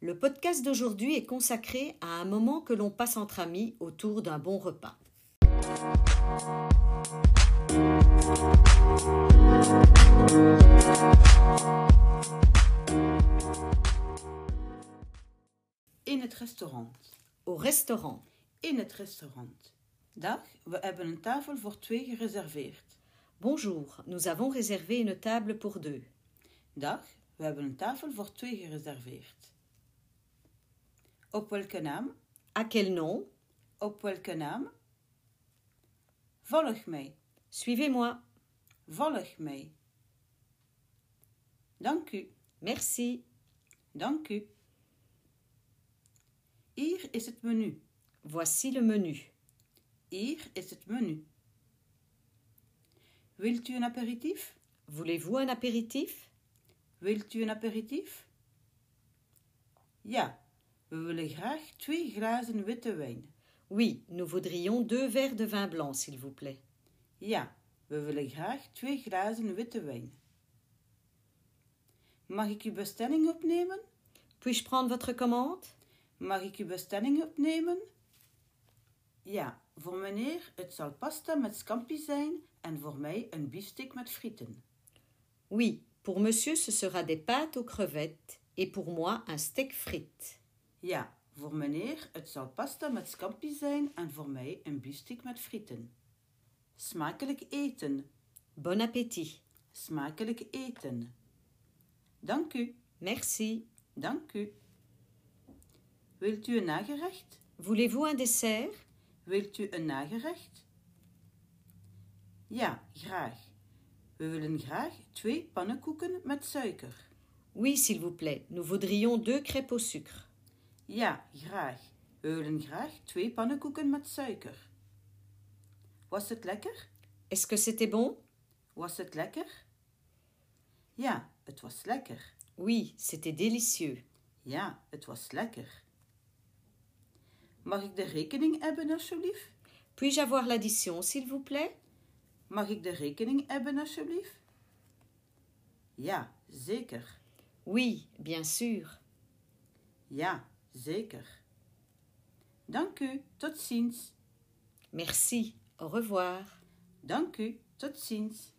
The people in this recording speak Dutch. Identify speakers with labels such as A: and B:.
A: Le podcast d'aujourd'hui est consacré à un moment que l'on passe entre amis autour d'un bon repas.
B: In het restaurant.
A: Au restaurant,
B: In het restaurant. Dag, we hebben een tafel voor twee gereserveerd.
A: bonjour, nous avons réservé une table pour deux.
B: Dag, we hebben een tafel voor twee gereserveerd. Op welke naam?
A: À quel nom
B: Op welke naam? Volg mij,
A: Suivez-moi.
B: volg mij. Dank u,
A: Merci.
B: dank u. Hier is het menu.
A: Voici le menu.
B: Hier is het menu. Wilt u een aperitief?
A: Voulez-vous un apéritif
B: Wilt u een aperitief? Ja, we willen graag twee glazen witte wijn.
A: Oui, nous voudrions deux verres de vin blanc, s'il vous plaît.
B: Ja, we willen graag twee glazen witte wijn. Mag ik uw bestelling opnemen?
A: Puis-je prendre votre commande
B: Mag ik uw bestelling opnemen? Ja, voor meneer het zal pasta met scampi zijn en voor mij een biefstuk met frieten.
A: Oui, pour monsieur ce sera des pâtes aux crevettes et pour moi un steak frites.
B: Ja, voor meneer het zal pasta met scampi zijn en voor mij een biefstuk met frieten. Smakelijk eten,
A: Bon appétit.
B: smakelijk eten. Dank u,
A: Merci.
B: dank u. Wilt u een nagerecht?
A: Voulez-vous un dessert
B: Wilt u een nagerecht? Ja, graag. We willen graag twee pannenkoeken met suiker.
A: Oui, s'il vous plaît. Nous voudrions deux crêpes au sucre.
B: Ja, graag. We willen graag twee pannenkoeken met suiker. Was het lekker?
A: Est-ce que c'était bon
B: Was het lekker? Ja, het was lekker.
A: Oui, c'était délicieux.
B: Ja, het was lekker. Mag ik de rekening hebben, alsjeblieft?
A: Puis-je avoir l'addition, s'il vous plaît
B: Mag ik de rekening hebben, alsjeblieft? Ja, zeker.
A: Oui, bien sûr.
B: Ja, zeker. Dank u, tot ziens.
A: Merci. Au revoir.
B: Dank u, tot ziens.